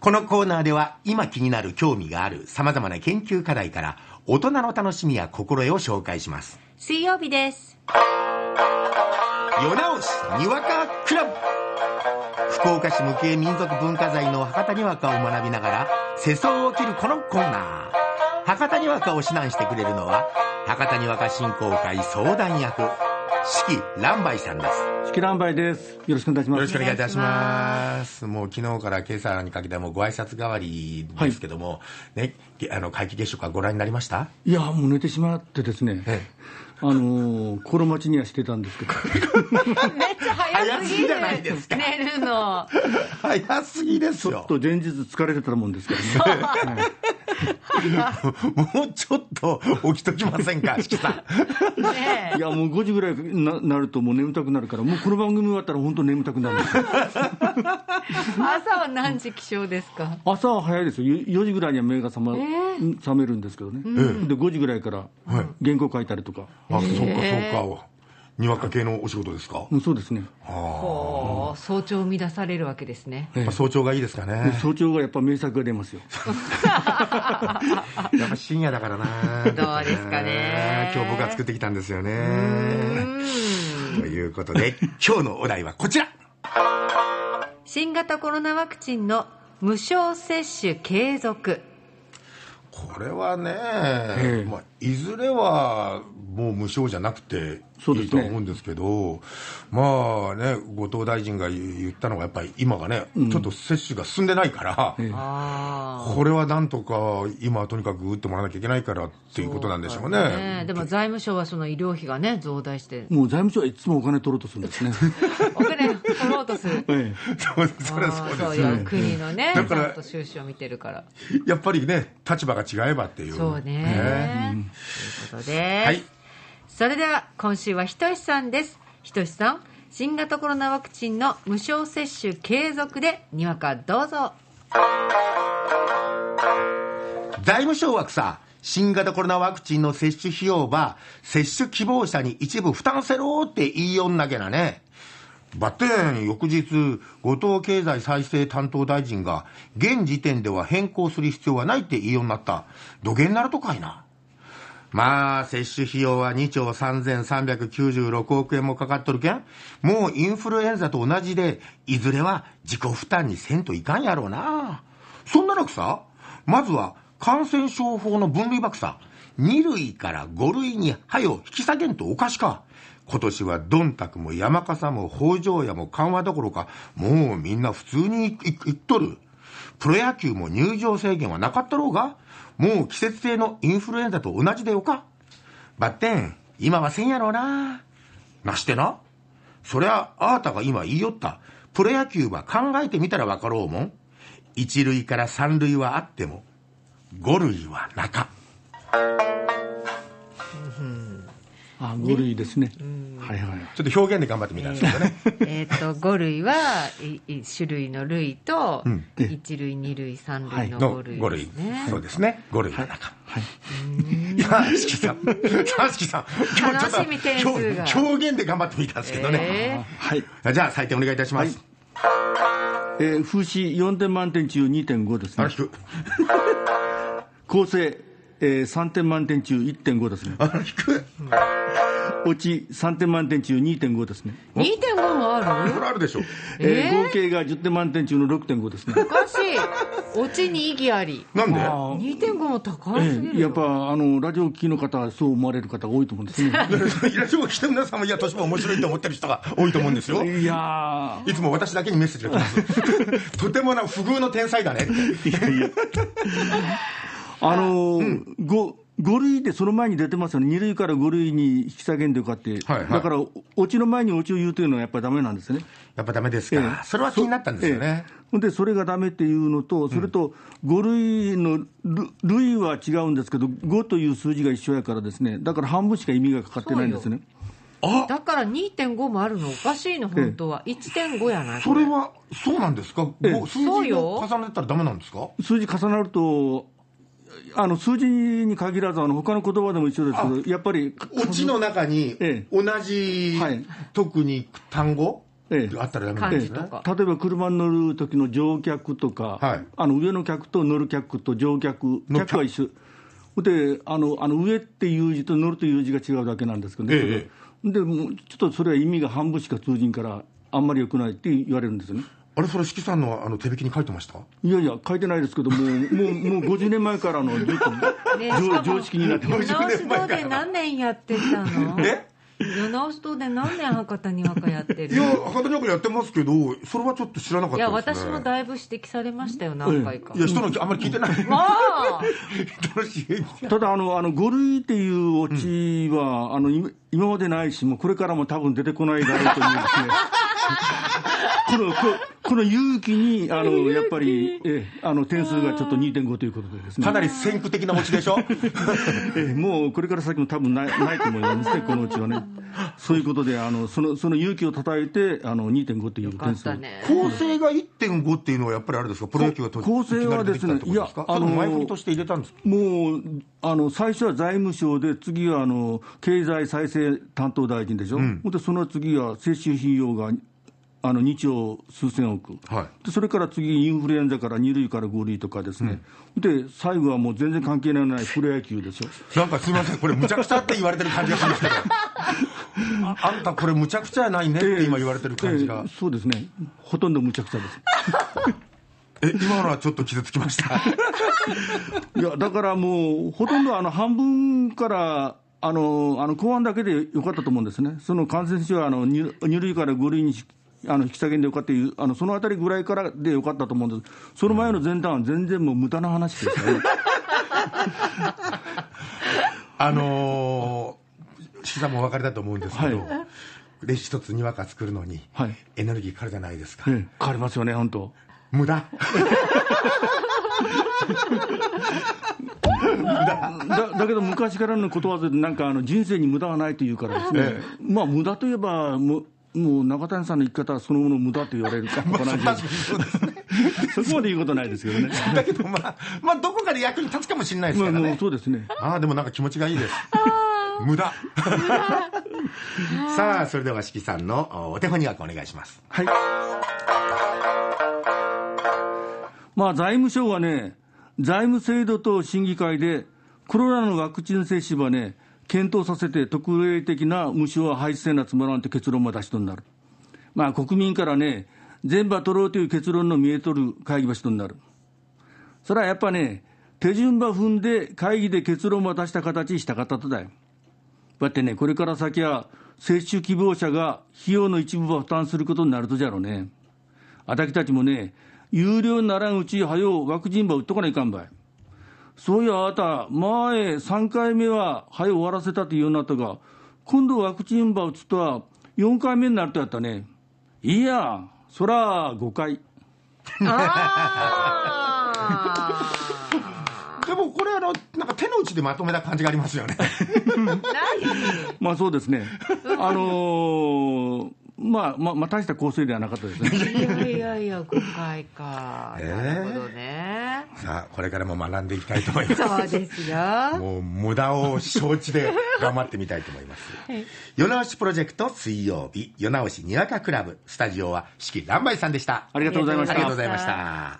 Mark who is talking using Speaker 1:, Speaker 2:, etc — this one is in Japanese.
Speaker 1: このコーナーでは今気になる興味がある様々な研究課題から大人の楽しみや心得を紹介します。
Speaker 2: 水曜日です
Speaker 1: 夜直しにわかクラブ福岡市無形民族文化財の博多にわかを学びながら世相を切るこのコーナー博多にわかを指南してくれるのは博多にわか振興会相談役四季蘭梅さんです
Speaker 3: 四季乱梅です。よろしくお願いします。
Speaker 1: よろしくお願いいたします。もう昨日から今朝にかけてはもうご挨拶代わりですけども、ね、げあの皆既月食はご覧になりました
Speaker 3: いや、もう寝てしまってですね、
Speaker 1: え
Speaker 3: あのー心待ちにはしてたんですけど、
Speaker 2: めっちゃ早す
Speaker 1: 早す
Speaker 2: ぎる
Speaker 1: ぎじゃないですか
Speaker 2: 寝るの
Speaker 1: 早すぎです
Speaker 3: ちょ
Speaker 1: よ
Speaker 3: っ。と前日疲れてたもんですからね、はい
Speaker 1: もうちょっと起きときません か、四季さん。
Speaker 2: ね
Speaker 3: いや、もう5時ぐらいにななると、もう眠たくなるから、もうこの番組終わったら、本当眠たくなるん ですよ
Speaker 2: 朝は何時起床ですか
Speaker 3: 朝は早いですよ、4時ぐらいには目が覚,、ま
Speaker 2: え
Speaker 3: 覚めるんですけどね、で5時ぐらいから原稿書いたりとか、
Speaker 1: あ、そうかそうか。にわか系のお仕事ですか
Speaker 3: うんそうですね、
Speaker 2: こう早朝生み出されるわけですね
Speaker 1: やっぱ早朝がいいですかね。
Speaker 3: 早朝がやっぱ名作が出ますよ、
Speaker 1: やっぱ深夜だからな。
Speaker 2: どうですかね
Speaker 1: 今日僕が作ってきたんですよね。ということで、今日のお題はこちら
Speaker 2: 新型コロナワクチンの無償接種継続
Speaker 1: これはね、
Speaker 3: え
Speaker 1: まあ、いずれはもう無償じゃなくて
Speaker 3: そう
Speaker 1: い
Speaker 3: で
Speaker 1: い
Speaker 3: す
Speaker 1: と
Speaker 3: ね
Speaker 1: は思うんですけど、まあね、後藤大臣が言ったのが、やっぱり今がね、ちょっと接種が進んでないから、
Speaker 3: ええ
Speaker 2: あ
Speaker 1: これはなんとか、今はとにかく打ってもらわなきゃいけないからっていうことなんでしょうね。
Speaker 2: あ、ね、でも財務省はその医療費がね増大して
Speaker 3: もう財務省はいつもお金取ろうとするん ですね。
Speaker 2: お金取ろうとする
Speaker 3: ええ
Speaker 1: そう そりゃそうですよ
Speaker 2: あーそういう国のね
Speaker 1: だか
Speaker 2: ち
Speaker 1: ら
Speaker 2: ゃんと収支を見てるから
Speaker 1: やっぱりね、立場が違えばっていう。
Speaker 2: そうねということで、
Speaker 1: はい
Speaker 2: それでは今週はひとしさんですひとしさん新型コロナワクチンの無償接種継続でにわかどう ぞ
Speaker 1: 財務省はさ、新型コロナワクチンの接種費用ば、接種希望者に一部負担せろって言いよんなきゃなね。バッテン、翌日、後藤経済再生担当大臣が、現時点では変更する必要はないって言いようになった。土下になるとかいな。まあ、接種費用は2兆3396億円もかかっとるけん、もうインフルエンザと同じで、いずれは自己負担にせんといかんやろうな。そんな中さ、まずは感染症法の分類ばくさ、2類から5類に早を引き下げんとおかしか。今年はどんたくも山笠も北条屋も緩和どころか、もうみんな普通にいいいっとる。プロ野球も入場制限はなかったろうが、もう季節性のインフルエンザと同じでよか。バッテン、今はせんやろうな。なしてな。そりゃ、あーたが今言いよった。プロ野球は考えてみたらわかろうもん。一類から三類はあっても、五類はなか。
Speaker 3: あ5類ですね、はいはい、
Speaker 1: ちょっと表現で頑張ってみたんですけどね。
Speaker 2: えっと5類はいい種類の類と、1類2類3類の
Speaker 1: の
Speaker 2: 5
Speaker 1: 五
Speaker 2: 類
Speaker 1: 類
Speaker 2: ですね、
Speaker 1: そうですね。五類はなか。
Speaker 3: はい、
Speaker 1: いや、しきさ ん。さしきさん。今日ちょっと
Speaker 2: 楽しみ点数が
Speaker 1: 表表現で頑張ってみたんですけどね。
Speaker 2: え
Speaker 3: はい
Speaker 1: じゃあ、採点お願いいたします。
Speaker 3: えー風刺4点満点中2.5です
Speaker 1: あら、
Speaker 3: ね
Speaker 1: 低い。
Speaker 3: 構成、えー3点満点中1.5ですね
Speaker 1: あら、低い。
Speaker 3: 落ち3点満点中2.5ですね、
Speaker 2: ー、2.5もある
Speaker 1: これあるでしょ。
Speaker 3: えー
Speaker 2: えー
Speaker 3: 合計が10点満点中の6.5ですね
Speaker 2: おかしいオチに意義あり
Speaker 1: なんで
Speaker 2: 2.5も高
Speaker 3: え
Speaker 2: すぎ
Speaker 3: ー
Speaker 2: る
Speaker 3: や
Speaker 2: よ
Speaker 3: っぱあのラジオを聴きの方はそう思われる方が多いと思うん ですね
Speaker 1: いらっしゃる北村さんも、いや、年も面白いと思ってる人が多いと思うんですよ。
Speaker 3: いや
Speaker 1: いつも私だけにメッセージが来ます。とてもな、不遇の天才だねって。
Speaker 3: ーいやいや あのーご5類でその前に出てますよね、2類から5類に引き下げんでよかって、
Speaker 1: はいはい
Speaker 3: だから、お落ちの前に落ちを言うというのはやっぱりだめなんですね。
Speaker 1: やっぱダメですか。それは気になったんですよね。
Speaker 3: ええでそれがダメっていうのと、それと5類のる類は違うんですけど、5という数字が一緒やからですね、だから半分しか意味がかかってないんですね。
Speaker 1: あ
Speaker 2: だから2.5もあるのおかしいの本当は1.5やない
Speaker 1: それは、そうなんですか
Speaker 3: ええ
Speaker 1: ご数
Speaker 2: そう
Speaker 1: 字
Speaker 2: よ
Speaker 1: を重ねたらダメなんですか
Speaker 3: 数字重なると、あの数字に限らず、あの他の言葉でも一緒ですけど、やっぱり、
Speaker 1: オチの中に
Speaker 3: ええ
Speaker 1: 同じ
Speaker 3: はい
Speaker 1: 特に単語
Speaker 3: えええ
Speaker 1: あったらダメなんです
Speaker 2: 管
Speaker 1: ね
Speaker 2: 理とか
Speaker 3: 例えば車に乗る時の乗客とか、
Speaker 1: はい
Speaker 3: あの上の客と乗る客と乗客、
Speaker 1: 乗客
Speaker 3: 客は一緒であのあの上っていう字と乗るという字が違うだけなんですけどね、
Speaker 1: え
Speaker 3: でもうちょっとそれは意味が半分しか通じんから、あんまり良くないって言われるんですよね。
Speaker 1: あれそれ四季さんのあの手引きに書いてました
Speaker 3: いやいや、書いてないですけど、もうもうもう50年前からのずっと
Speaker 2: ねしか
Speaker 3: 常
Speaker 2: も
Speaker 3: 常識になってます
Speaker 2: 世直し堂で何年やってたの
Speaker 1: え
Speaker 2: 世直し堂で何年博多にわかやって
Speaker 1: い
Speaker 2: る
Speaker 1: や博多によくやってますけどそれはちょっと知らなかったです、ね、
Speaker 2: いや私もだいぶ指摘されましたよ何回か、
Speaker 1: いや人のあんまり聞いてない、
Speaker 2: ああ
Speaker 1: 人の刺激
Speaker 3: ただあの、あの5類っていうオチは、あの今今までないし、もうこれからも多分出てこないだろうと 思うんですねこのここの勇気にあのやっぱり、ええあの点数がちょっと2.5ということでです ね
Speaker 1: か、なり先駆的なオチでしょ
Speaker 3: ええもうこれから先も多分ないないと思いますね、このうちはね。そういうことで、あのそのその勇気を叩いて、あの2.5という
Speaker 2: よか
Speaker 3: 点
Speaker 2: っ
Speaker 3: 数
Speaker 2: た。ね
Speaker 1: 構成が1.5っていうのはやっぱりあれですかプロ野球がと
Speaker 3: 構成はですね
Speaker 1: いきなり出てきたってことですか
Speaker 3: いや
Speaker 1: それとも
Speaker 3: あのー
Speaker 1: 前振りとして入れたんですか
Speaker 3: もうあの最初は財務省で、次はあの経済再生担当大臣でしょ、でその次は接種費用があの2兆数千億、
Speaker 1: はい
Speaker 3: で、それから次、インフルエンザから2類から5類とかですね、で最後はもう全然関係のないプロ野球でしょ、
Speaker 1: なんかすみません、これ、むちゃくちゃって言われてる感じがしますけ ど、ああんた、これ、むちゃくちゃやないねって今言われてる感じが
Speaker 3: ええ、そうですね、ほとんど無茶苦茶です。
Speaker 1: え今のはちょっと傷つきました、
Speaker 3: いやだからもう、ほとんどあの半分から、あのあの後半だけでよかったと思うんですね、その感染症はあの 2, 二類から5類にしあの引き下げんでよかっていう、あのそのあたりぐらいからでよかったと思うんです、その前の前段は全然もう無駄な話ですね、
Speaker 1: あのー、しさんもお分かりだと思うんですけど、
Speaker 3: は
Speaker 1: で一つにわか作るのに、
Speaker 3: はい
Speaker 1: エネルギーかかるじゃないですか、
Speaker 3: ええ変わりますよね、本当。
Speaker 1: 無駄、
Speaker 3: だだけど昔からのことわざで、なんかあの人生に無駄はないというからですね、
Speaker 1: え
Speaker 3: まあ無駄といえば、もうもう中谷さんの生き方そのもの無駄と言われるかも しれ ない
Speaker 1: そうですね、
Speaker 3: そこまで言うことないですけど ね。
Speaker 1: だけど、まあ、まあ、どこかで役に立つかもしれないです
Speaker 3: ま
Speaker 1: から
Speaker 3: あ、もう
Speaker 1: ね、
Speaker 3: そうですね。
Speaker 1: ああ、でもなんか気持ちがいいです、無駄。 さあ、それでは、しきさんのお手本にわかお願いします。
Speaker 3: はい。まあ、財務省はね、財務制度等審議会で、コロナのワクチン接種はね、検討させて特例的な無償は廃止せなつまらんという結論を出しとになる。まあ、国民からね、全部は取ろうという結論の見えとる会議場しとになる。それはやっぱね、手順ば踏んで会議で結論を出した形にしたかったとだよ。だってね、これから先は接種希望者が費用の一部を負担することになるとじゃろうね。あたきたちもね、有料にならんうち、はようワクチンば打っとかないかんばい。そういや、あなた、前、3回目は、はよ終わらせたって言うようになったが、今度ワクチンば打つとは、4回目になるとやったね。いいや、そら、5回。
Speaker 2: あ
Speaker 1: でもこれあのなんか手の内でまとめた感じがありますよ ね
Speaker 2: あ何
Speaker 3: まあそうですね。あのーまあ、まあ、まあ、大した構成ではなかったですね。
Speaker 2: いやいやいや5回か、
Speaker 1: ええ
Speaker 2: なるほどね
Speaker 1: さあこれからも学んでいきたいと思います
Speaker 2: そうですよ
Speaker 1: もう無駄を承知で頑張ってみたいと思います 夜直しプロジェクト水曜日夜直しにわかクラブスタジオは四季乱梅さんでした
Speaker 3: ありがとうございまし
Speaker 1: ありがとう
Speaker 3: た
Speaker 1: ご。ざいました